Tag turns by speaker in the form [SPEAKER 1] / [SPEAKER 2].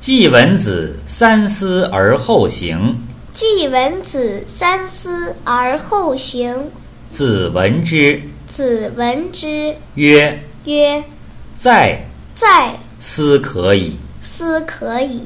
[SPEAKER 1] 季文子三思而后行，
[SPEAKER 2] 季文子三思而后行。
[SPEAKER 1] 子闻之
[SPEAKER 2] 子闻之
[SPEAKER 1] 曰
[SPEAKER 2] 曰：“
[SPEAKER 1] 在
[SPEAKER 2] 在
[SPEAKER 1] 思可矣。
[SPEAKER 2] 思可矣。”